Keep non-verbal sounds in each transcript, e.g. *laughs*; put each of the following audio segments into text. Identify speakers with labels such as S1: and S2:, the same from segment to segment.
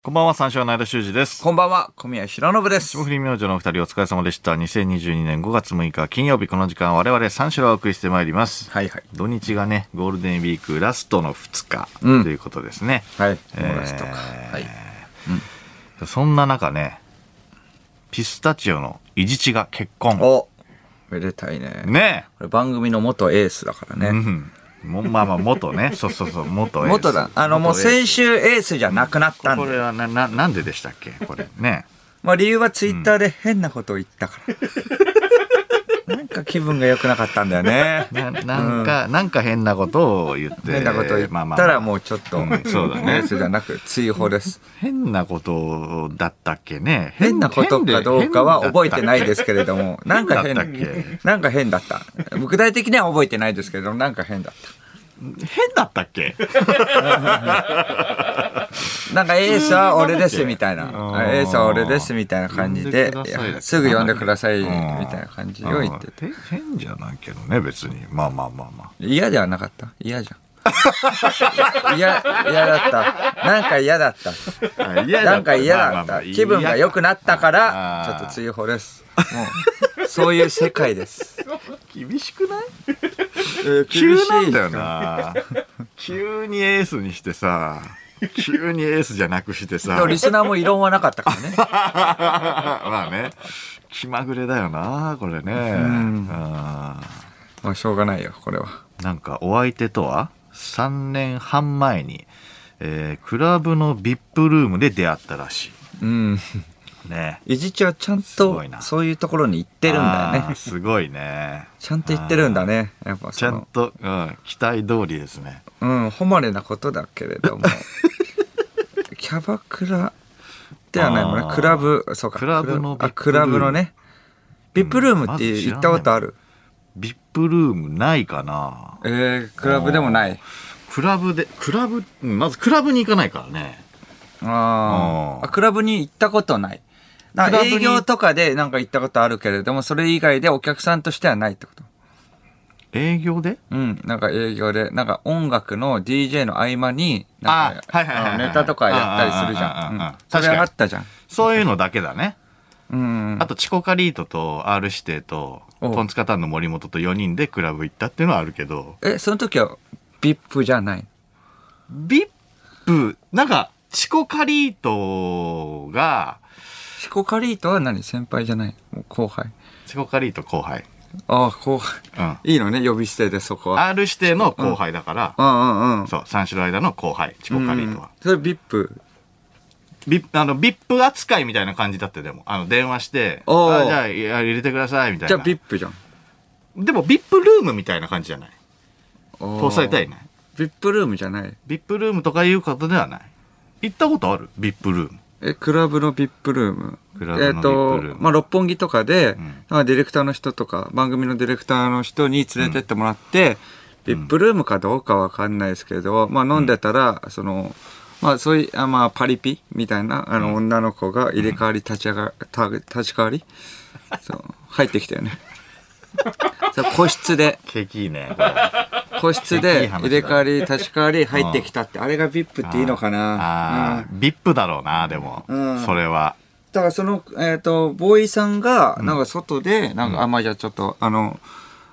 S1: こんばんは、三四郎の間修二です。
S2: こんばんは、小宮白信です。
S1: 霜降り明星のお二人お疲れ様でした。2022年5月6日金曜日この時間我々三四郎をお送りしてまいります。
S2: はいはい。
S1: 土日がね、ゴールデンウィークラストの2日、
S2: うん
S1: ということですね。
S2: はい。
S1: えー
S2: ラストか。はい。
S1: そんな中ね、ピスタチオのいじちが結婚。
S2: おめでたいね。
S1: ね
S2: これ番組の元エースだから
S1: え。う
S2: ね。
S1: ん。もまあまあ、元
S2: *laughs*
S1: ね。そうそうそう、元エース
S2: 元だ。あの、もう
S1: 元エース
S2: 先週エースじゃなくなったん
S1: これ
S2: で。
S1: はな、な、なんででしたっけこれね。
S2: まあ理由はツイッターで変なことを言ったから。 *laughs* なんか気分が良くなかったんだよね。
S1: ななんか、なんか変なことを言って。
S2: 変なことを言
S1: まあまあま
S2: った
S1: あ
S2: らもうちょっと、
S1: うんそうだね
S2: エースじゃなく追放です。
S1: 変なことだったっけね
S2: 変なことかどうかは覚えてないですけれども、なんか
S1: 変
S2: 変
S1: だったっけ、
S2: なんか変だった。具体的には覚えてないですけれども、なんか変だった。
S1: 変だったっけ
S2: なんかエースは俺ですみたいな
S1: うん。
S2: エースは俺ですみたいな感じで
S1: 呼んでくださいだっ、け
S2: すぐ呼んでくださいみ
S1: み
S2: たいな感じを言ってて。
S1: 変じゃないけどね別にまあまあまあまあ
S2: 嫌ではなかった嫌じゃん。 *laughs* 嫌、嫌だった。なんか嫌だった。
S1: あ嫌だった
S2: なんか嫌
S1: ま
S2: だ
S1: あ
S2: っ
S1: まあまあ
S2: た。気分が良くなったか
S1: あ
S2: ら、
S1: ー
S2: ちょっと追放です。もう、そういう世界です。
S1: 厳しくない急
S2: 厳しい
S1: なんだよな *laughs* 急にエースにしてさ急にエースじゃなくして
S2: で
S1: さ
S2: もリスナーも異論はなかったから
S1: *laughs*
S2: ね。
S1: まあね気まぐれだよなこれねあー
S2: まあ、しょうがないよ、これは。
S1: なんかお相手とは3年半前に、えークラブの VIP ルームで出会ったらし
S2: うん。
S1: いね
S2: いじちはちゃん
S1: ご
S2: と
S1: いな、
S2: そういうところに行ってるんだよ
S1: あー
S2: ね。
S1: すごいね
S2: ちゃんと言ってるんだね。やっぱ
S1: ち
S2: *laughs* そ
S1: ゃ
S2: の
S1: ん、と、うん、期待通りですね
S2: うん、誉れなことだけれ
S1: *laughs*
S2: ども。キャバクラではないもん
S1: あ
S2: ね。
S1: ー
S2: クラブ、そうか。
S1: クラブの
S2: あ
S1: VIP
S2: クラブのね。ビップルームって
S1: まず知らない
S2: 行ったことある、
S1: VIP ルームないかな
S2: えー、クラブでもない。
S1: クラブでクラブうんまずクラブに行かないからね
S2: あ
S1: あー
S2: ーあ。クラブに行ったことない。なん
S1: ク
S2: か
S1: ラブに
S2: 営業とかでなんか行ったことあるけれども、それ以外でお客さんとしてはないってこと。
S1: 営業で
S2: うん。なんか営業で、なんか音楽の DJ の合間に、なんか
S1: あはいはいはいはい
S2: あのネタとかやったりするじ
S1: あ
S2: ゃ
S1: ーあーあー
S2: ん。う
S1: あー
S2: ん
S1: 確か
S2: そ
S1: に
S2: れあったじゃん。
S1: そういうのだけだね
S2: うん。
S1: あとチコカリートと R 指定と
S2: おう
S1: トンツカタンの森本と4人でクラブ行ったっていうのはあるけど
S2: え、その時は VIP じゃない
S1: ビップ、なんか、チコカリートが、
S2: シコカリートは何先輩じゃないもう後輩。
S1: チコカリート後輩。
S2: ああ、後輩。
S1: うん。
S2: いいのね、呼び捨てでそこは。
S1: R 指定の後輩だから、
S2: うんうんうん。
S1: そう、三種の間の後輩、チコカリートは。
S2: それ VIP。
S1: ビップ、あの、ビップ扱いみたいな感じだったよでも、あの、電話して、
S2: おう
S1: あじゃあ、いや入れてください、みたい
S2: じゃ
S1: な。
S2: あ VIP じゃん。
S1: でも、ビップルームみたいな感じじゃない搭
S2: 搭
S1: 載体ね。
S2: VIP ルームじゃない。
S1: ビップルームとかいうことではない。行ったことあるビップルーム。
S2: え、クラブの VIP ルーム。
S1: クラブの
S2: えっ、と
S1: VIP ルー、ム
S2: まあ、六本木とかで、
S1: ん
S2: まあディレクターの人とか、番組のディレクターの人に連れてってもらって、VIP ルームかどうかわかんないですけど、まあ、飲んでたら、その、まあ、そういう、あまあ、パリピみたいな、あの、女の子が入れ替わり、立ち上が、た立ち替わり、そう、入ってきた
S1: *laughs*
S2: よね。そう個室で、
S1: ケーキいいね、これ。
S2: 個室
S1: いい
S2: で
S1: 話だ
S2: 入れ替わり、立ち替わり、入ってきたって、あれが VIP っていいのかな
S1: *laughs* あ
S2: うん
S1: あ、ビップだろうな、でも。
S2: うん
S1: それは。
S2: だからその、えっ、と、ボーイさんが、なんか外で、なんか、あ、まあじゃあちょっと、あの、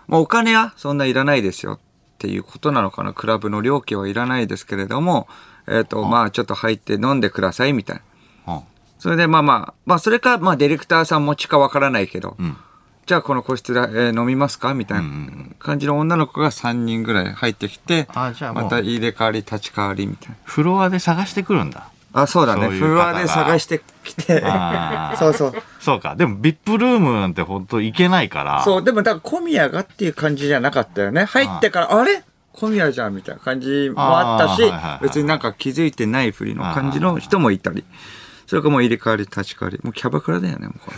S2: まあお金はそんないらないですよっていうことなのかな。クラブの料金はいらないですけれども、えっ、と、まあちょっと入って飲んでくださいみたいな。
S1: うん。
S2: それでまあまあ、まあそれか、まあディレクターさん持ちかわからないけど、
S1: ん
S2: じゃあこの個室で、えー飲みますかみたいな感じの女の子が3人ぐらい入ってきて、
S1: あじゃあもう
S2: また入れ替わり立ち替わりみたいな。
S1: フロアで探してくるんだ。
S2: あ、そうだね。
S1: そういう方
S2: フロア
S1: が
S2: で探してきて
S1: あー、
S2: *laughs* そうそう。
S1: そうか。でも、ビップルームなんて本当行けないから。
S2: そう、でもだから小宮がっていう感じじゃなかったよね。入ってから、あれ小宮じゃんみたいな感じもあったし、
S1: あーはいはいはい
S2: 別になんか気づいてないふりの感じの人もいたり、それかもう入れ替わり立ち替わり、もうキャバクラだよね、も
S1: *laughs*
S2: うこれ。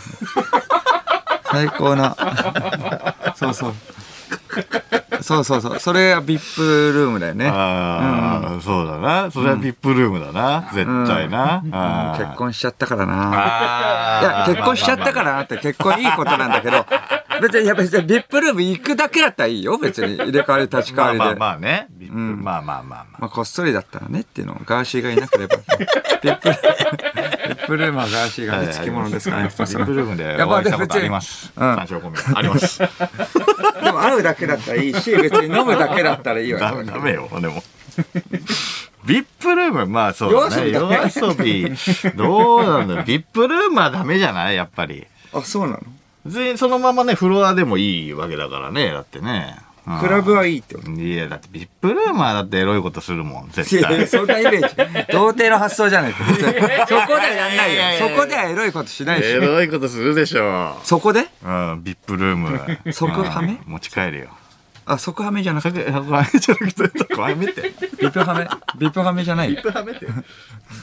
S2: 最高な。そうそう。そうそうそう。それが VIP ルームだよね。
S1: あーそうだな。それはビップルームだな。絶対な。あー
S2: 結。婚しちゃったからな。いや
S1: あ、ー
S2: 結婚しちゃったからなって結婚いいことなんだけど、別に、いや別に VIP ルーム行くだけだったらいいよ、別に。入れ替わり立ち替
S1: ま
S2: わ
S1: あ
S2: りで。
S1: まあまあね。ビップまあまあまあまあ。
S2: *laughs* まあ、こっそりだったらねっていうのをガーシーがいなければ、ビップップルームはガーシーが付き物ですからね。
S1: はいありますねリップルームで
S2: やっ
S1: お
S2: ぱ
S1: 会い
S2: で
S1: した
S2: も
S1: こ
S2: 別
S1: と
S2: に
S1: あります。
S2: うん
S1: 参照コメントあり
S2: *laughs*
S1: ます。
S2: でも会うだけだったらいいし、別に飲むだけだったらいいわ
S1: ダメダメよ、でも。ビップルーム、まあそうだね。
S2: 夜
S1: 夜遊び、どうなんだろう。ビップルームはダメじゃないやっぱり。
S2: あ、そうなの
S1: 全員そのままね、フロアでもいいわけだからね、だってね。うん
S2: クラブはいいってこと。
S1: いや、だってビップルームはだってエロいことするもん、
S2: い
S1: 絶
S2: やいや
S1: 対。
S2: そんなイメージ。童貞の発想じゃない *laughs* からそこではやんない
S1: いやいやい
S2: よ。
S1: やいや
S2: そこではエロいことしないし
S1: エ。ロいことするでしょ。
S2: そこで
S1: うん、ビップルーム。
S2: そこはめ
S1: うん持ち帰るよ。
S2: あ、そこはめじゃなく
S1: そ
S2: て、
S1: こ、そこはめじゃなくて、そこはめて。
S2: ビップはめ。ビップはめじゃないよ。
S1: ビップはめて。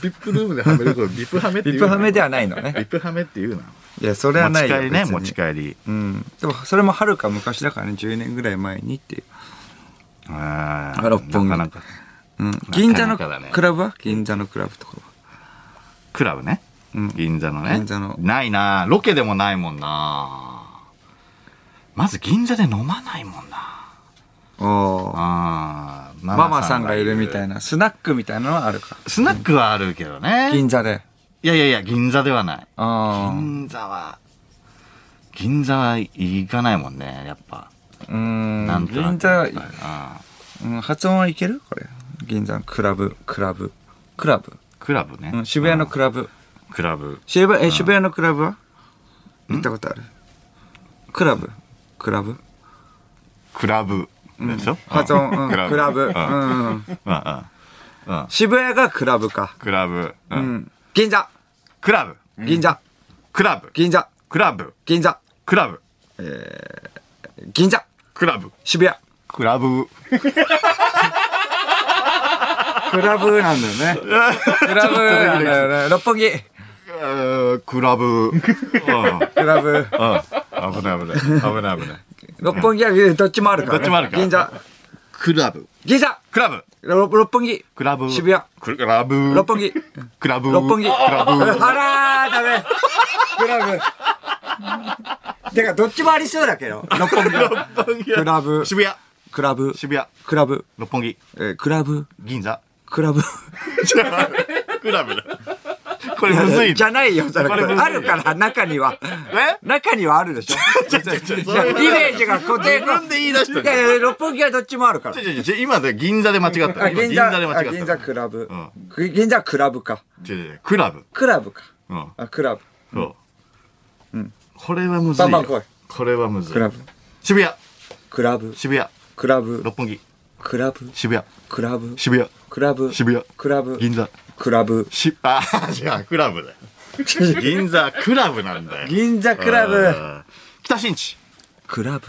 S1: ビップルームではめること、ビップはめって
S2: ビ
S1: 言
S2: ッ
S1: う
S2: プ
S1: な
S2: はめではないのね。
S1: ビップはめって言うな。
S2: いや、それは
S1: 持
S2: な
S1: ち
S2: いよ。
S1: 帰りね、
S2: 別に
S1: 持ち帰り。
S2: うん。でも、それもはるか昔だからね、10年ぐらい前にっていう。
S1: あ
S2: 六本木
S1: なかなか。
S2: うん。銀座の
S1: なかなかだね
S2: クラブは銀座のクラブとかは。
S1: クラブね。
S2: うん
S1: 銀座のね。
S2: 銀座の
S1: ないなロケでもないもんなまず銀座で飲まないもんな
S2: おー
S1: あーマ
S2: ママさんがいるみたい。な。スナックみたいなのはあるか。
S1: スナックはあるけどね。
S2: 銀座で。
S1: いやいやいや、銀座ではない。
S2: ああ。
S1: 銀座は、銀座は行かないもんね、やっぱ。
S2: うん
S1: なんとなく。
S2: 銀座、
S1: あ
S2: うん、発音はいけるこれ。銀座のクラブ、クラブ、クラブ。
S1: クラブね。
S2: うん、渋谷のクラブ。
S1: クラブ。
S2: 渋谷、え、渋谷のクラブは行ったことあるクラブクラブ
S1: クラブ。でしょ
S2: 発音、うん、クラブ。う
S1: うん
S2: んうん。
S1: うんうんうん
S2: 渋谷がクラブか。
S1: クラブ。う
S2: うんん。銀座
S1: クラブ。
S2: 銀座
S1: クラブ。
S2: 銀座
S1: クラブ。
S2: 銀座
S1: クラブ。
S2: 銀座
S1: クラブ。
S2: 渋谷
S1: クラブ。
S2: クラブなんだよね。クラブなんだよね。六本木
S1: クラブ。うん。うん。
S2: クラブ。
S1: 危ない危ない。危ない危ない。
S2: 六本木はどっちもあるからね。
S1: どっちもあるから
S2: 銀座
S1: クラブ。
S2: 銀座
S1: クラブ。
S2: ろ六本木
S1: クラブ。
S2: 渋谷。
S1: クラブ。
S2: 六本木
S1: クラブ。
S2: 六本木。
S1: クラブ。
S2: あらー、ダメ。クラブ。てか、どっちもありそうだけど。六本木は。 *laughs* クラブ、
S1: 渋谷。
S2: クラブ、
S1: 渋谷。
S2: クラブ、
S1: 六本木。
S2: えークラブ、
S1: 銀座。
S2: クラブ。
S1: クラブだ。これむずいね
S2: じゃないよ、じゃな
S1: これむずいよ
S2: あるから、中には。
S1: え
S2: 中にはあるでしょ。イ
S1: それ
S2: メージが固定
S1: 自分で言い出した
S2: いやいや、六本木はどっちもあるから
S1: ちょ。ちょちょ今で銀座で間違った。
S2: あ
S1: 今
S2: 銀
S1: 銀
S2: 座、
S1: 座で間
S2: あ
S1: 違った。
S2: 銀座クラブ
S1: うん。
S2: く銀座クラブか。
S1: ちょちょちょクラブ。
S2: クラブか。
S1: うん。
S2: あ、クラブ。
S1: そう。これはむずいよ。
S2: バンバン来い
S1: これはむずい。
S2: クラブ。
S1: 渋谷。
S2: クラブ、
S1: 渋谷。
S2: クラブ、
S1: 六本木。
S2: クラブ、
S1: 渋谷。
S2: クラブ、
S1: 渋谷。
S2: クラブ、
S1: 渋谷
S2: クラブ、
S1: 銀座。
S2: クラブ。
S1: し、 *laughs* あー、じゃあクラブだ *laughs* よ。銀座クラブなんだよ。
S2: 銀座クラブ、
S1: ブ。北新地。
S2: クラブ。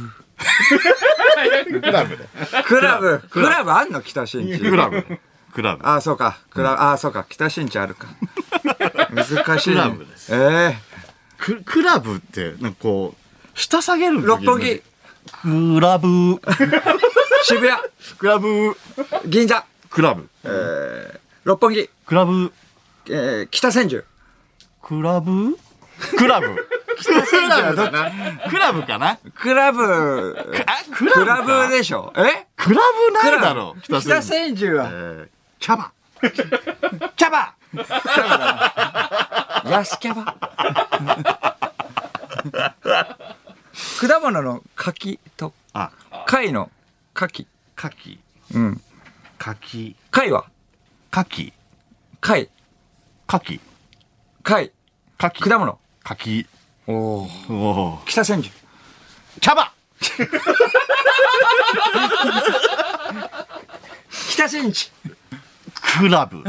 S1: クラブだよ。
S2: クラブ、クラブあんの北新地。
S1: クラブだよ。クラブ。
S2: ああ、そうか。クラブ、ああ、そうか。北新地あるか。難
S1: ク
S2: しいね
S1: ラブで。す
S2: ええ
S1: ククラブって、なんかこう、下下げるんだ
S2: 六
S1: けど
S2: 本木、
S1: クラブ。
S2: 渋谷、
S1: クラブ。
S2: 銀座、
S1: クラブ。
S2: 六本木、
S1: クラブ。
S2: えー、北千住。
S1: クラブクラブ。クラブだな。クラブかな
S2: クラブ、
S1: あ、クラブ
S2: クラブでしょ。え
S1: クラブ
S2: ク
S1: ない
S2: ラ
S1: だ
S2: ブ
S1: ろう。
S2: 北
S1: 千住
S2: 千住
S1: え
S2: は、
S1: ーキャバ。
S2: キャバキャバだな。安キャバ。果物の柿と、
S1: あ、
S2: 貝の柿。
S1: カキ。
S2: うん。
S1: カキ。
S2: 貝は
S1: カキ。
S2: 貝、
S1: カキ。
S2: 貝、
S1: カキ。
S2: 果物。
S1: カキ。
S2: おお。
S1: おお
S2: 北千住。
S1: ー。キャバ
S2: 北千住。
S1: クラブ。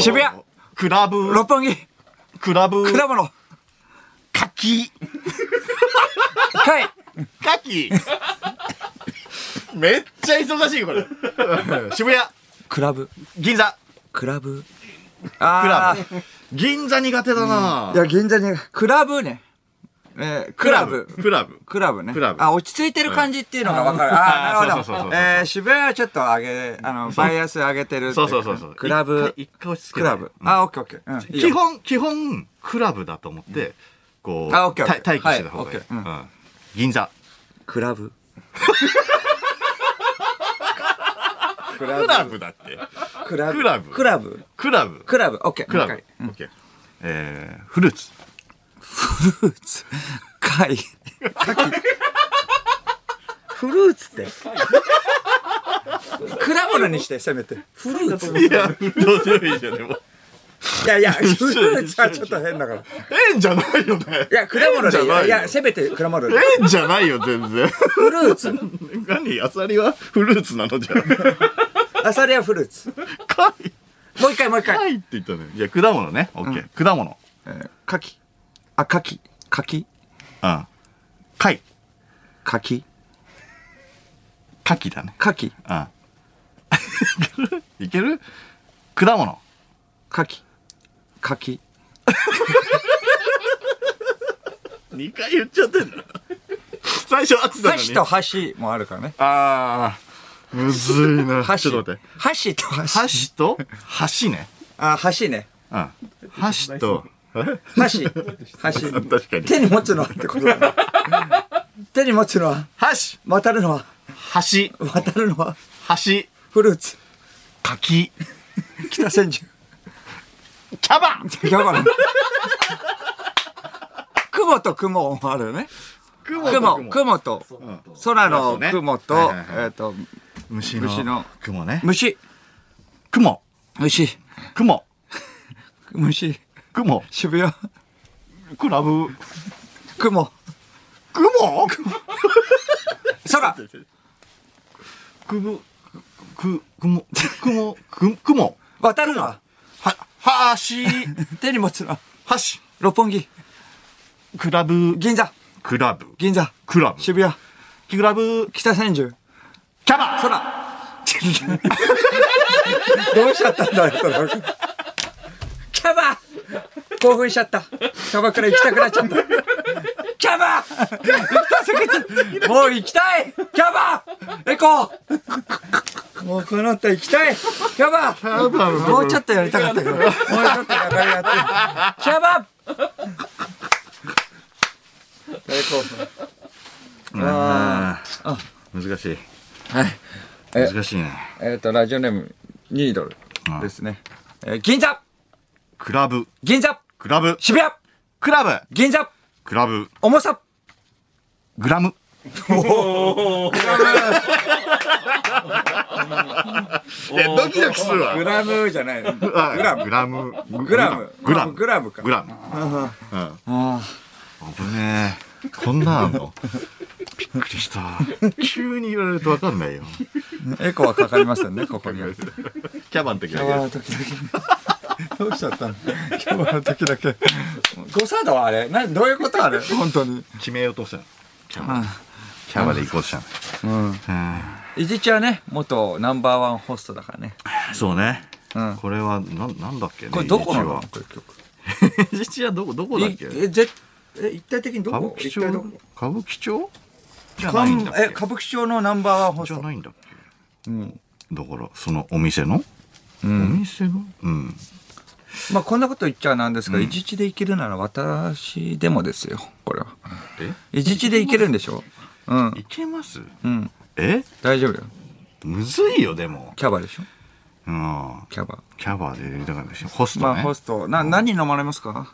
S2: 渋谷。
S1: クラブ。
S2: 六本木。
S1: クラブ。
S2: 果物。
S1: カキ。
S2: 貝。
S1: カキ。めっちゃ忙しい、これ。 *laughs* 渋谷。
S2: クラブ。
S1: 銀座。
S2: クラブ。
S1: ク
S2: あ
S1: ラ
S2: あ。
S1: ブ。銀座苦手だない
S2: や、銀座に、クラブね。えー、クラブ。
S1: クラブ。
S2: クラブね。
S1: クラブ
S2: あ、落ち着いてる感じっていうのがわかる。ああ、なる
S1: そうそうそうそ
S2: ほ
S1: うそ
S2: ど。
S1: う
S2: えー、渋谷はちょっと上げ、あの、バイアス上げてるってい
S1: そうそうそうそう。
S2: クラブ。
S1: 一回一回落ち着け
S2: ク
S1: ない
S2: ラブ。あ、オッケーオッケー。うんいいよ
S1: 基本、基本、クラブだと思って、こう、
S2: あオッケーオッケー
S1: た待機してた方がいい。
S2: はいオ
S1: う
S2: ッケー
S1: ん銀座。
S2: クラブ。ク
S1: クラブだって。
S2: クラブ。
S1: クラブ
S2: クラブ。
S1: クラブ。
S2: クラブ。オッケー。
S1: クラブ
S2: もう一回。。
S1: オッケー。えーフルーツ。
S2: フルーツ。
S1: *laughs*
S2: 貝。フルーツって。果物にして、せめて。フルーツ。
S1: いや、どうでもいいじゃん、でも。
S2: いやいや、フルーツはちょっと変だから。い
S1: えんじゃないよね。
S2: や、果物
S1: じゃ
S2: でいい
S1: ないよ
S2: よ。いや、せめて果物で。
S1: えんじゃないよ、全然。
S2: フルーツ。
S1: *laughs* 何アサリはフルーツなのじゃあ。
S2: アサリはフルーツ。
S1: 貝
S2: もう一回、もう一回。
S1: 貝って言ったね。じゃあ、果物ね。オッケー。果物。
S2: えー柿。あ、柿。柿。
S1: うん。貝。
S2: 柿。
S1: 牡蠣だね。
S2: 柿。
S1: *laughs* うん。いける果物。
S2: 柿。柿。
S1: 2回言っちゃってんだ最初、あつだの
S2: 箸
S1: に。
S2: と箸もあるからね。
S1: あー、むずいな。
S2: 箸。
S1: ちょっと待って。
S2: 箸と箸。
S1: 箸と、箸ね。
S2: あ、箸ね。
S1: うん。箸と、 *laughs*
S2: 箸。箸。
S1: 確かに。
S2: 手に持つのはってことだな。手に持つのは、
S1: 箸
S2: 渡るのは、
S1: 箸
S2: 渡るのは、
S1: 箸
S2: フルーツ。
S1: 柿
S2: 北千住。
S1: キャバ *laughs*
S2: だから。雲と雲もあるよね。雲、雲と、空の雲と、
S1: そうねはいはいはい
S2: えっと、
S1: 虫の
S2: 虫の
S1: 雲ね
S2: 虫、
S1: 雲
S2: 虫、
S1: 雲
S2: 虫、
S1: 雲
S2: 渋谷、
S1: クラブ
S2: 雲、
S1: 雲
S2: 空、
S1: くぶく雲雲く雲
S2: 渡るのは、
S1: ははし
S2: 手に持つのは、
S1: はし
S2: 六本木、
S1: クラブ
S2: 銀座、
S1: クラブ
S2: 銀座、
S1: クラブ
S2: 渋谷、
S1: クラブ
S2: 北千住、
S1: キャバ
S2: 空。どうしちゃったんだろうなんかキャバ興奮しちゃった。キャバクラ行きたくなっちゃった。キャバ行きたすぎてもう行きたいキャバエコーもうこの後行きたいキャバもうちょっとやりたかったけど。もうちょっとやばいやって。キャバ大興奮。
S1: あー難しい
S2: はい。え
S1: 難しいね
S2: えっ、と、ラジオネーム、ニードルですね。えー銀座
S1: クラブ
S2: 銀座
S1: クラブ
S2: 渋谷
S1: クラブ
S2: 銀座
S1: クラブ
S2: 重さ
S1: グラムおおえドキドキするわ
S2: グラムじゃない。グ
S1: あ
S2: ラム
S1: グラム
S2: グラム。
S1: グラム
S2: グラムか。
S1: グラム
S2: あ
S1: 危ねえこんなんあんのびっくりした急に言われると分かんないよ
S2: ーエコーはかかりますよ *laughs* ね、ここに。
S1: キャバの時
S2: 今日
S1: だ
S2: の時だけ。 *laughs* どうしちゃったの今日の時だけ。誤差だわ、あれ。などういうことあれ本当に。
S1: け決めようとしたのキャバキャバで行こうとしたの
S2: いじちはね、元ナンバーワンホストだからね。
S1: そうね
S2: うん
S1: これはななんだっけね
S2: これどこな
S1: イ
S2: の
S1: *laughs* ジチ
S2: これ曲。
S1: はイジチはどこどこだっ
S2: い
S1: け
S2: え、ぜえ、一体的にど
S1: 歌舞
S2: こ
S1: 伎
S2: 一
S1: 町
S2: 体どこ
S1: 歌舞伎町じゃ
S2: か
S1: ないん
S2: ん
S1: だっ
S2: え
S1: け
S2: 歌舞伎町のナンバーワンホ
S1: じゃ
S2: スト
S1: ないんだっけ
S2: うん
S1: だからそのお店の、お店のうん
S2: まあこんなこと言っちゃなんですが、いじちでいけるなら私でもですよこれは
S1: え
S2: いじちでいけるんでしょうん
S1: いけます
S2: うん
S1: え
S2: 大丈夫よ
S1: むずいよでも
S2: キャバでしょ
S1: うん
S2: キャバ
S1: キャバでだからですよホストね、
S2: まあホストな何飲まれますか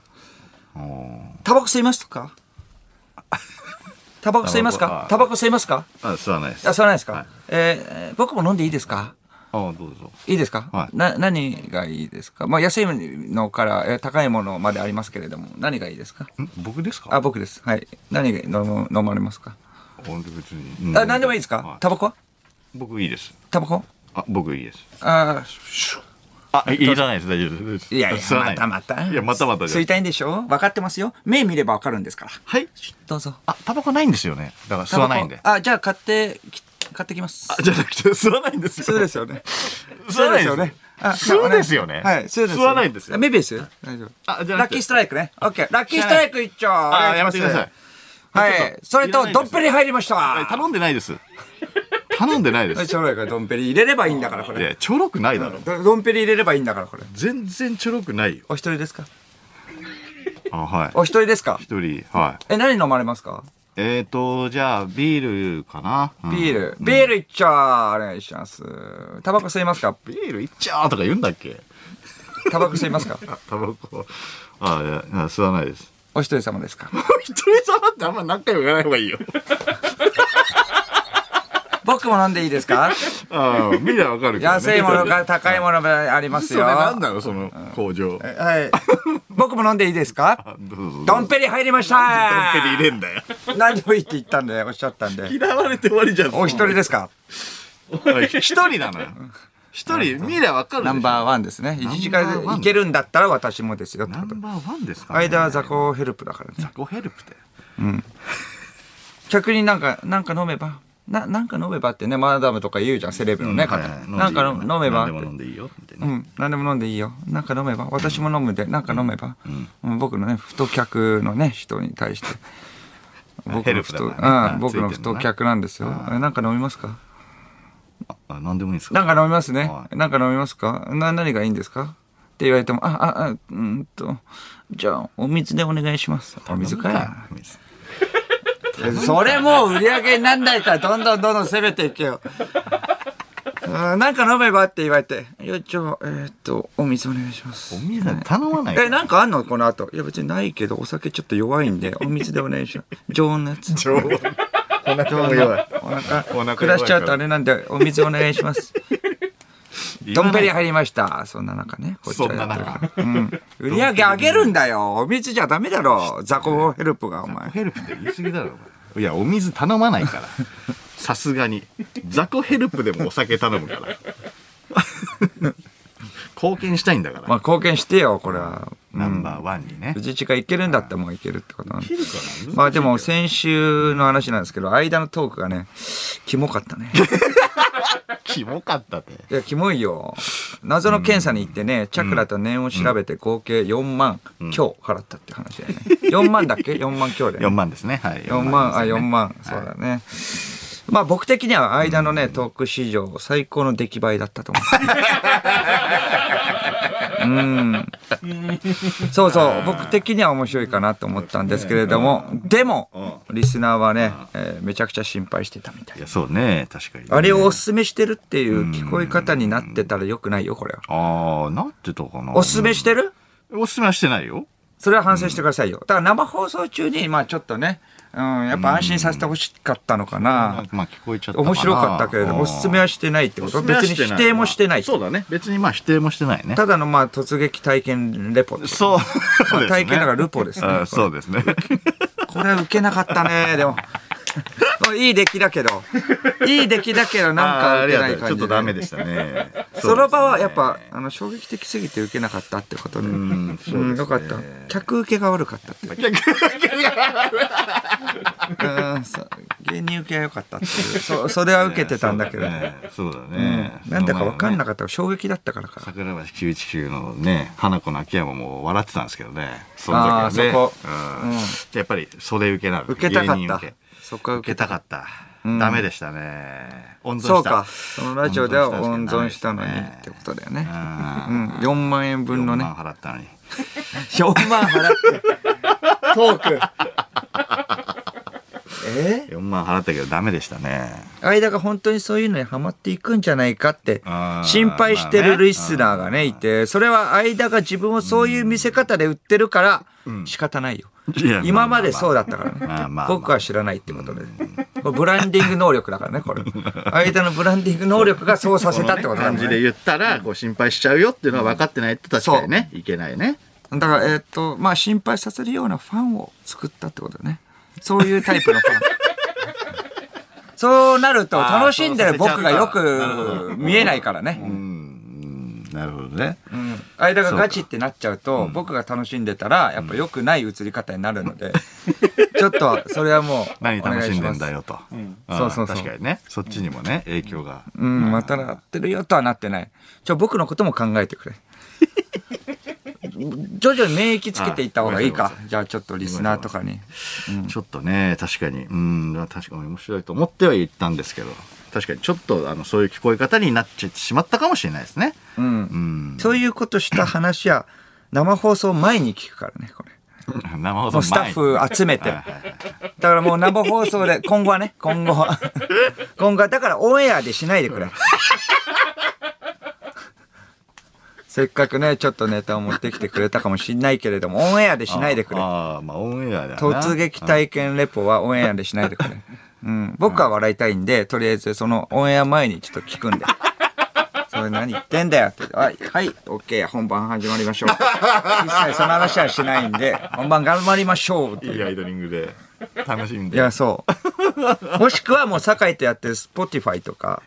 S1: うん
S2: タバコ吸いま
S1: *laughs*
S2: すかタバコ吸いますか
S1: タ
S2: タ
S1: バ
S2: バコ吸いますか
S1: あ吸わないです
S2: あ吸わないですか、
S1: はい
S2: えーえー僕も飲んでいいですか
S1: あどうぞ
S2: いいですか、
S1: はい
S2: な何がいいですかまあ安いのから、えー高いものまでありますけれども何がいいですか
S1: ん僕ですか
S2: あ、僕です。はい。何が飲む飲まれますか。
S1: 俺別に、
S2: あ、何でもいいですか。
S1: は
S2: タバコは？
S1: 僕いいです
S2: タバコ？
S1: あ僕いいです
S2: あ
S1: あいらないです大丈夫です
S2: ー、いやい
S1: *laughs*
S2: や
S1: 吸わな
S2: またまた。
S1: いやまたまたじゃ
S2: 吸いたいんでしょ。分かってますよ。目見ればわかるんですから。
S1: はい
S2: どうぞ。
S1: あタバコないんですよねだから吸わないんで
S2: タバコあ、じゃあ買ってき買ってきます。 *laughs*
S1: じゃなくて吸わないんですよ
S2: そうですよね。
S1: 吸わないんですよね
S2: あ
S1: 吸うですよね
S2: はい、吸うですよ
S1: 吸わないんですよ
S2: あメビウス？大丈夫。
S1: あじゃなく
S2: ラッ
S1: て
S2: キーストライクね。オッケー。ラッキーストライク一丁。
S1: あやめてください
S2: は
S1: ちょっ
S2: い
S1: と。
S2: それ
S1: いらな
S2: と
S1: いです
S2: どっぷり入りました。
S1: はい頼んでない *laughs* です頼んでないで
S2: はい、
S1: す
S2: ちょろいからドンペリ入れればいいんだからこ
S1: い
S2: れ。
S1: やちょろくないだろ
S2: どドンペリ入れればいいんだからこれ。
S1: 全然ちょろくないよ
S2: お一人ですか
S1: あはい
S2: お一人ですか
S1: 一人はい
S2: え、何飲まれますか
S1: えーとじゃあビールかな、うん
S2: ビール。ビール一丁お願いします。タバコ吸いますか
S1: ビールいっちゃーとか言うんだっけ *laughs*
S2: タバコ吸いますか
S1: タバコあいやいや吸わないです
S2: お一人様ですか
S1: お一人様ってあんま何回も言わない方がいいよ
S2: 僕も飲んでいいです
S1: *laughs*
S2: か
S1: ああ見りゃわかるけど、ね、
S2: 安いものか高いものがあります
S1: それ
S2: よ。
S1: 何
S2: は
S1: なのその工場
S2: い。僕も飲んでいいですか
S1: どうぞどうぞ
S2: ドンペリ入りました
S1: ドンペリ入れんだよ
S2: 何でもいいって言ったんで、おっしゃったんで。
S1: 嫌われて終わりじゃん
S2: お一人ですか
S1: *laughs* はい一人なのよ一人見りゃわかるでし
S2: ナ
S1: ょ
S2: ンバーワンですね。一時
S1: ナンバーワ
S2: 間
S1: ン
S2: いけるんだったら私もですよって
S1: ナ
S2: こと
S1: ン。バーワンですか、ね、
S2: 間は雑魚ヘルプだからね。
S1: ザコヘルプだよ
S2: 客になんか、なんか飲めば。な、なんか飲めばってね、マダムとか言うじゃん、セレブのね、方。
S1: はいはい
S2: なんか飲飲めば
S1: 何で
S2: って
S1: も。飲んでいいよみたいうな、
S2: ん、何でも飲んでいいよ。なんか飲めば。私も飲むで、なんか飲めば。うん僕のね、太客のね、人に *laughs* 対して。僕
S1: ヘ
S2: の
S1: ルプだ
S2: 太、
S1: からね
S2: う
S1: うん
S2: ん、僕の
S1: ついてんの
S2: 太
S1: な
S2: 客なんですよ。えなんか飲みますか
S1: あ何でもいいんですか
S2: なんか飲みますね
S1: は。い
S2: なんか飲みますかな、何がいいんですかって言われても、あ、あ、あ、うーんと、じゃあ、お水でお願いします。お水かよ。
S1: 水
S2: *laughs* それもう売り上げになんないから、どんどんどんどん攻めていけ *laughs* よ。あーなんか飲めばって言われて、よ、じゃあ、えーっと、お水お願いします。
S1: お水なんて頼まないから
S2: え、なんかあんのこの後。いや、別にないけど、お酒ちょっと弱いんで、お水でお願いします。 *laughs* 常温のやつ。
S1: 常温お腹も弱い
S2: お腹、
S1: お腹
S2: 下しちゃうとあれなんで、お水お願いし *laughs* ます。どんべり入りました。そんな中ね、こっちはやってるから。うん。売り上げ上げるんだよ。お水じゃダメだろ。雑魚ヘルプが、お前。
S1: ヘルプって言い過ぎだろお前いやお水頼まないから *laughs* さすがに雑魚ヘルプでもお酒頼む *laughs* から貢献したいんだから、
S2: まあ、貢献してよ、これは。
S1: ナンバーワンにね、
S2: 藤地がいけるんだったらもういけるってことなんで。
S1: 難
S2: まあでも先週の話なんですけど、間のトークがね、キモかったね。
S1: キモかったって
S2: いや、キモいよ。謎の検査に行ってね、チャクラと念を調べて合計4万強払ったって話だよね。4万だっけ ?4 万強だ
S1: 4
S2: よね。
S1: 万ですねはい
S2: 4万、あ、
S1: ですね
S2: 4万。そうだね。まあ僕的には間のね、トーク史上最高の出来栄えだったと思 *laughs* う。うん。そうそう。僕的には面白いかなと思ったんですけれども、でも、リスナーはね、えーめちゃくちゃ心配してたみたい
S1: い。やそうね確かにね、
S2: あれをおすすめしてるっていう聞こえ方になってたらよくないよ、これは。
S1: ああなんてとかな
S2: おすすめしてる
S1: おすすめはしてないよ
S2: それは反省してくださいよ。だから生放送中に、まあちょっとね、うん、やっぱ安心させてほしかったのか
S1: なん
S2: な。
S1: かまあ聞こえちゃったな
S2: 面白かったけれども、おすすめはしてないって
S1: お
S2: こ
S1: すす
S2: と
S1: めは
S2: 別に
S1: してない
S2: 否定もしてない。
S1: そうだね別にまあ否定もしてないね
S2: ただのまあ突撃体験レポです。
S1: そうそうですね
S2: 体験だからルポですね
S1: あーそうですね
S2: これは受けなかったね、でも。いい出来だけど。いい出来だけど、なん
S1: あー
S2: か
S1: あり
S2: 受け
S1: が
S2: な
S1: と
S2: いう
S1: ち
S2: 感じ
S1: ょっとダメでしたね
S2: *laughs* その場はやっ
S1: そう
S2: ぱ
S1: ですね、
S2: あの、衝撃的すぎて受けなかったってことで。
S1: んそうですね
S2: うん、よ
S1: *laughs*
S2: かった。客受けが悪かったって。うん、そう芸人受けは良かったっていう。そ、それは受けてたんだけど。
S1: そうだね
S2: なんだか分かん
S1: かっ
S2: なかったから衝撃だったからか。
S1: た桜橋919のね花子の秋山も笑ってたんですけどねその
S2: あー
S1: 時はね
S2: そこ
S1: うん
S2: うん
S1: やっぱり袖受けなの
S2: 受けたか
S1: 芸人
S2: っ
S1: 受け
S2: た。そこは
S1: 受け
S2: 受け
S1: た
S2: た
S1: か
S2: かっ
S1: ったダメでしたね温存
S2: た。
S1: した
S2: そうか。そのラジオでは温存したのに
S1: 温存したんで
S2: っ
S1: す
S2: て
S1: けど
S2: ことだよね。う
S1: うん
S2: ん、4万円分の
S1: 4
S2: ね
S1: 万。払ったのに
S2: 4万払って。トーク。え
S1: 4万払ったけどダメでしたね
S2: 間が本当にそういうのにハマっていくんじゃないかって
S1: あー
S2: 心配してるリスナーがねいてそれは間が自分をそういう見せ方で売ってるから仕方ないよ
S1: いや
S2: 今までそう
S1: だ
S2: だったからね、
S1: まあまあまあ
S2: 僕は知らないってことで、これブランディング能力だからねこれ間のブランディング能力がそうさせたってことな
S1: 感
S2: んだ,、
S1: じ
S2: ね
S1: で言ったらこう心配しちゃうよっていうのは分かってないと確かにねいけないね
S2: だからえーっとまあ心配させるようなファンを作ったってことだねそういうタイプのフ *laughs* ァンそうなると楽しんでる僕がよく見えないからね、
S1: うんなるほどね
S2: うん間がガチってなっちゃうと僕が楽しんでたらやっぱ良くない映り方になるの *laughs* で、ちょっとそれはもう
S1: 何楽しんでんだ
S2: よ
S1: よと
S2: そ
S1: そう
S2: そうそう
S1: 確かにねそっちにもね影響が
S2: うん、またなってるよとはなってない。ちょ、僕のことも考えて *laughs* くれ。徐々に免疫つけていった方がいい
S1: あ
S2: か
S1: ごめんな。
S2: じゃあちょっとリスナーとかに。
S1: ちょっとね確かにうん確かに面白いと思っては言ったんですけど確かにちょっとあのそういう聞こえ方になっちゃってしまったかもしれないですね
S2: うん。
S1: うん
S2: そういうことした話は、生放送前に聞くからね、これ。
S1: 生放
S2: も
S1: 送
S2: うスタッフ集めて。だからもう生放送で、今後はね、今後は。今後は、だからオンエアでしないでくれ。せっかくね、ちょっとネタを持ってきてくれたかもしんないけれども、オンエアでしないでくれ。
S1: ああ、まあオンエアだな。
S2: 突撃体験レポはオンエアでしないでくれ。うん。僕は笑いたいんで、とりあえずそのオンエア前にちょっと聞くんで。それ何言ってんだよって。はい、はい、OK、本番始まりましょう。一切その話はしないんで、本番頑張りましょうって
S1: いいアイドリングで。楽しみ
S2: い
S1: で。
S2: や、そう。もしくはもう酒井とやってる Spotify とか、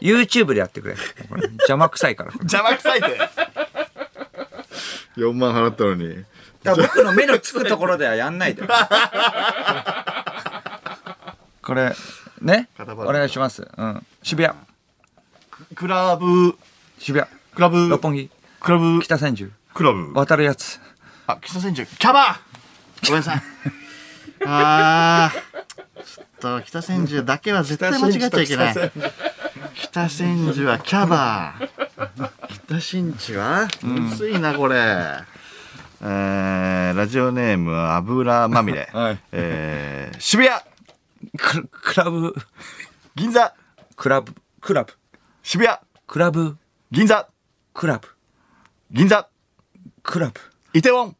S2: YouTube でやってくれ。これ邪魔くさいから。
S1: 邪魔くさい
S2: *laughs*
S1: で。4万払ったのに。
S2: だから僕の目のつくところではやんないで。 *laughs* これ、ね。
S1: 片
S2: お
S1: 場
S2: 願いします。うん。渋谷。
S1: クラブ、
S2: 渋谷。
S1: クラブ
S2: 六、本木。
S1: クラブ、
S2: 北千住。
S1: クラブ。
S2: 渡るやつ。
S1: あ、北千住、キャバごめんな *laughs* さい。あー、ちょっと北千住だけは絶対間違っちゃいけない。北千住はキャバ北新地はむずいな、これ。えー、ラジオネーム油まみ *laughs* れ、
S2: はい
S1: えー、渋谷
S2: ク *laughs* クラブ、
S1: 銀座
S2: クラブ、クラブ、
S1: 渋谷
S2: クラブ、
S1: 銀座
S2: クラブ、
S1: 銀座
S2: クラブ、
S1: イテウォン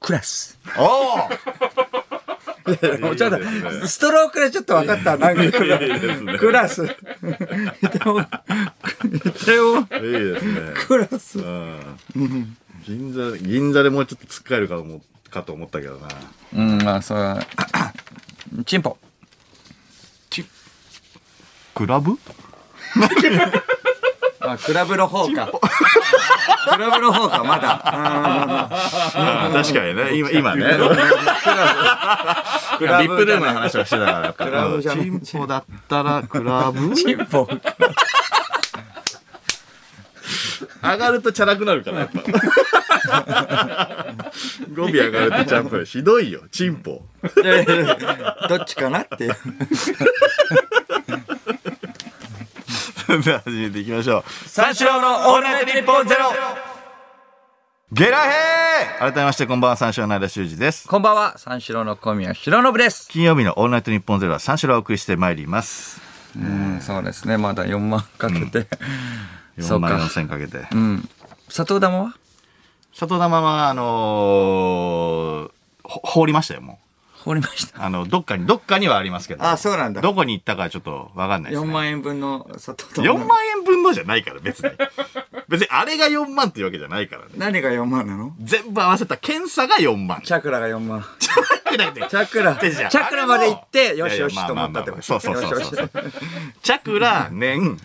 S2: クラス。
S1: お
S2: もうちょっと、ストロークでちょっと分かった。なんかクラクラス。 *laughs* でも、でも、
S1: おいいですね。
S2: クラス。
S1: 銀座、銀座でもうちょっと突っかえるかと思かと思ったけどな。
S2: うん、まあ、そう。 *clears throat* チンポ。
S1: クラブ
S2: あ、クラブの方か。クラブの方か、まだ。
S1: 確かにね、今、今ね。
S2: ク
S1: ビップルームの話をしてたから、やっぱ
S2: クラブじゃない
S1: チンポだったらクラブ
S2: チンポ。
S1: 上がるとチャラくなるから、やっぱ。語尾上がるとチャンプひどいよ、チンポ。
S2: いやいやいやどっちかなっていう。
S1: それでは始めていきましょう。
S2: 三四郎のオールナイトニッポンゼロ
S1: ゲラヘー改めまして、こんばんは、三四郎の間修二です。
S2: こんばんは、三四郎の小宮弘信です。
S1: 金曜日のオールナイトニッポンゼロは三四郎をお送りしてまいります。
S2: うん、そうですね。まだ4万かけて。そ
S1: 4
S2: うか
S1: 万4千かけて。
S2: うん。砂糖玉は
S1: 里玉は、あのーほ放りましたよ、もう。
S2: 放りました。
S1: あの、どっかに、どっかにはありますけど。
S2: あそうなんだ
S1: どこに行ったかはちょっとわかんないです、
S2: 4
S1: ね。
S2: 万円分の砂糖玉。
S1: 4万円分のじゃないから、
S2: *laughs*
S1: 別に。別にあれが4万っていうわけじゃないからね。
S2: 何が4万なの
S1: 全部合わせた検査が4万。
S2: チャクラが4万。
S1: *laughs* チャクラって
S2: チャクラ。
S1: で
S2: チ
S1: じゃあ
S2: ャクラまで行っ
S1: あれ
S2: て、
S1: も
S2: よしよ
S1: いやい
S2: しと
S1: やま
S2: 思
S1: あ
S2: ったってこ
S1: まあまあそう
S2: と。
S1: そうそうそう
S2: よしよし
S1: チャクラ、年、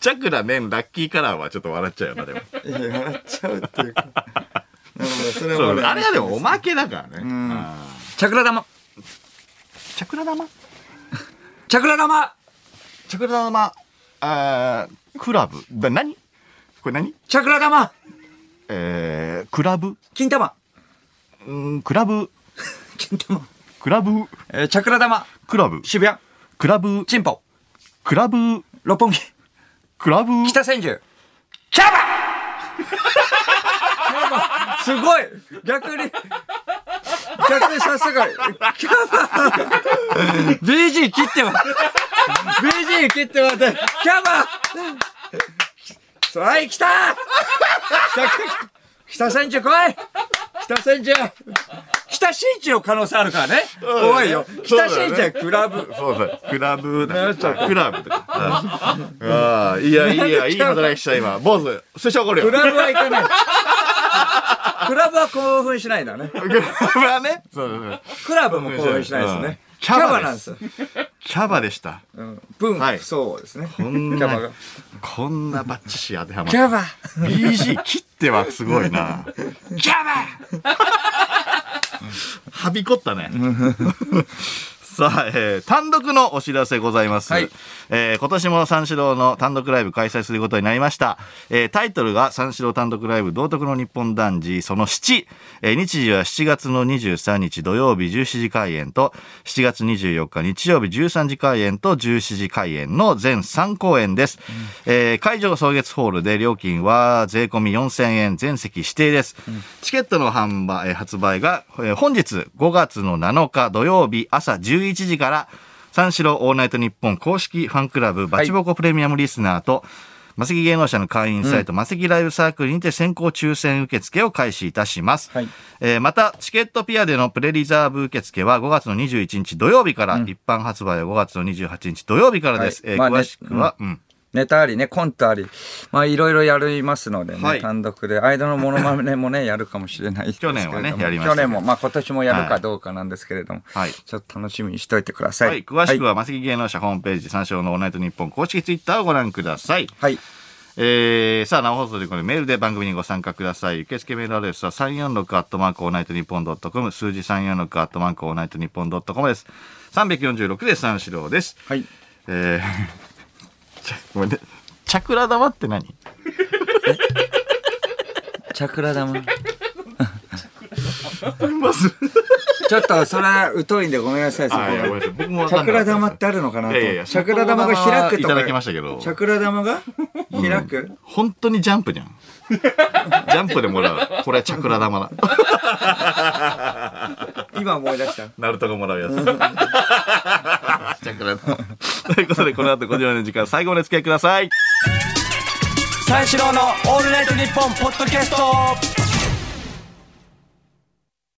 S1: チャクラ、年、ラッキーカラーはちょっと笑っちゃうよな、でも。
S2: いや、笑っちゃうっていうか。 *laughs* なるほど、それ
S1: そ
S2: は
S1: う
S2: ね
S1: あれはでもおまけだからね。あ
S2: チャクラ玉。
S1: ーチャクラ玉
S2: チャクラ玉。
S1: チャクラ玉、あークラブ。だ何これ何
S2: チャクラ玉。
S1: えー、クラブ
S2: 金玉。
S1: うんクラブ、
S2: 金玉。
S1: クラブ、
S2: えーチャクラ玉。
S1: クラブ、
S2: 渋谷。
S1: クラブ、
S2: チンポ。
S1: クラブ、
S2: 六本木。
S1: クラブ、
S2: 北千住。キャバキャバすごい逆に、逆にさすが、キャバ !BG 切ってます !BG 切ってますキャバはい、来た来た来た来た北千住来い北千住北新地の可能性あるからね。怖いよ。
S1: そうだ
S2: 北
S1: ね
S2: 新地はクラブ。
S1: そうだ、クラブだ、クラブとか。ああ、いやいや、いい働きした今。坊主、寿司怒るよ。
S2: クラブは行かない。クラブは興奮しないんだね。
S1: クラブはね、そうそう
S2: クラブも興奮しないです
S1: うん
S2: ね。
S1: キャバで
S2: なんですす。
S1: キャバでした。
S2: うん。文、
S1: は
S2: はいい、そうですね。キ
S1: こん
S2: ャバ
S1: な
S2: が。、
S1: こんなバッチシ当てはまっ
S2: キ
S1: た。
S2: ャバ
S1: BG 切ってはすごいな。
S2: キャバ
S1: はびこった
S2: *laughs*
S1: ね。さあ、えー単独のお知らせございます、
S2: はい
S1: えー今年も三四郎の単独ライブ開催することになりました、えータイトルが三四郎単独ライブ道徳の日本男児その7、えー日時は7月の23日土曜日17時開演と7月24日日曜日13時開演と17時開演の全3公演です、えー会場草月ホールで料金は税込み4000円全席指定です、チケットの販売、えー発売が、えー本日5月の7日土曜日朝11時から三四郎オールナイトニッポン公式ファンクラブバチボコプレミアムリスナーと、マセキ芸能者の会員サイト、マセキライブサークルにて先行抽選受付を開始いたします。
S2: はい
S1: えーまた、チケットピアでのプレリザーブ受付は5月の21日土曜日から、一般発売は5月の28日土曜日からです。
S2: はい
S1: えー
S2: まあね
S1: 詳しくは、うん
S2: ネタありね、コントあり、まあいろいろやりますのでね、
S1: はい
S2: 単独で。間のモノマネもね、やるかもしれないですけれども。
S1: 去年はねやりました
S2: 去
S1: けど
S2: 年も、まあ今年もやるかどうかなんですけれども、
S1: はい
S2: ちょっと楽しみにしておいてください。
S1: はい、詳しくは、マセキ芸能者ホームページ、参照のオールナイトニッポン公式ツイッターをご覧ください。
S2: はい。はい。
S1: えー、さあ、生放送でこれメールで番組にご参加ください。受付メールアドレスは346アットマークオールナイトニッポンドットコム、数字346アットマークオールナイトニッポンドットコムです。346で三四郎です。
S2: はい。
S1: えー、ちゃごめんね。チャクラ玉って何
S2: チャクラ玉。
S1: まず。
S2: ちょっとそれ疎いんでごめんなさい、そこ
S1: あいやごめんなさい
S2: は。
S1: 僕もわ
S2: チ
S1: か
S2: ャ
S1: ん
S2: ク
S1: なか
S2: ラ
S1: った
S2: 玉ってあるのかなと。
S1: いやいや
S2: チャクラ玉が開くと
S1: いた
S2: か。
S1: だきましたけど
S2: チャクラ玉が開く、
S1: 本当にジャンプじゃん。ジャンプでもらう。これはチャクラ玉だ。
S2: 今思い出した。
S1: ナルトがもらうやつ。チャクラ玉。 *laughs* ということで、この後5時までの時間、最後までお付き合いください。
S2: 三四郎のオールナイトニッポンポッドキャスト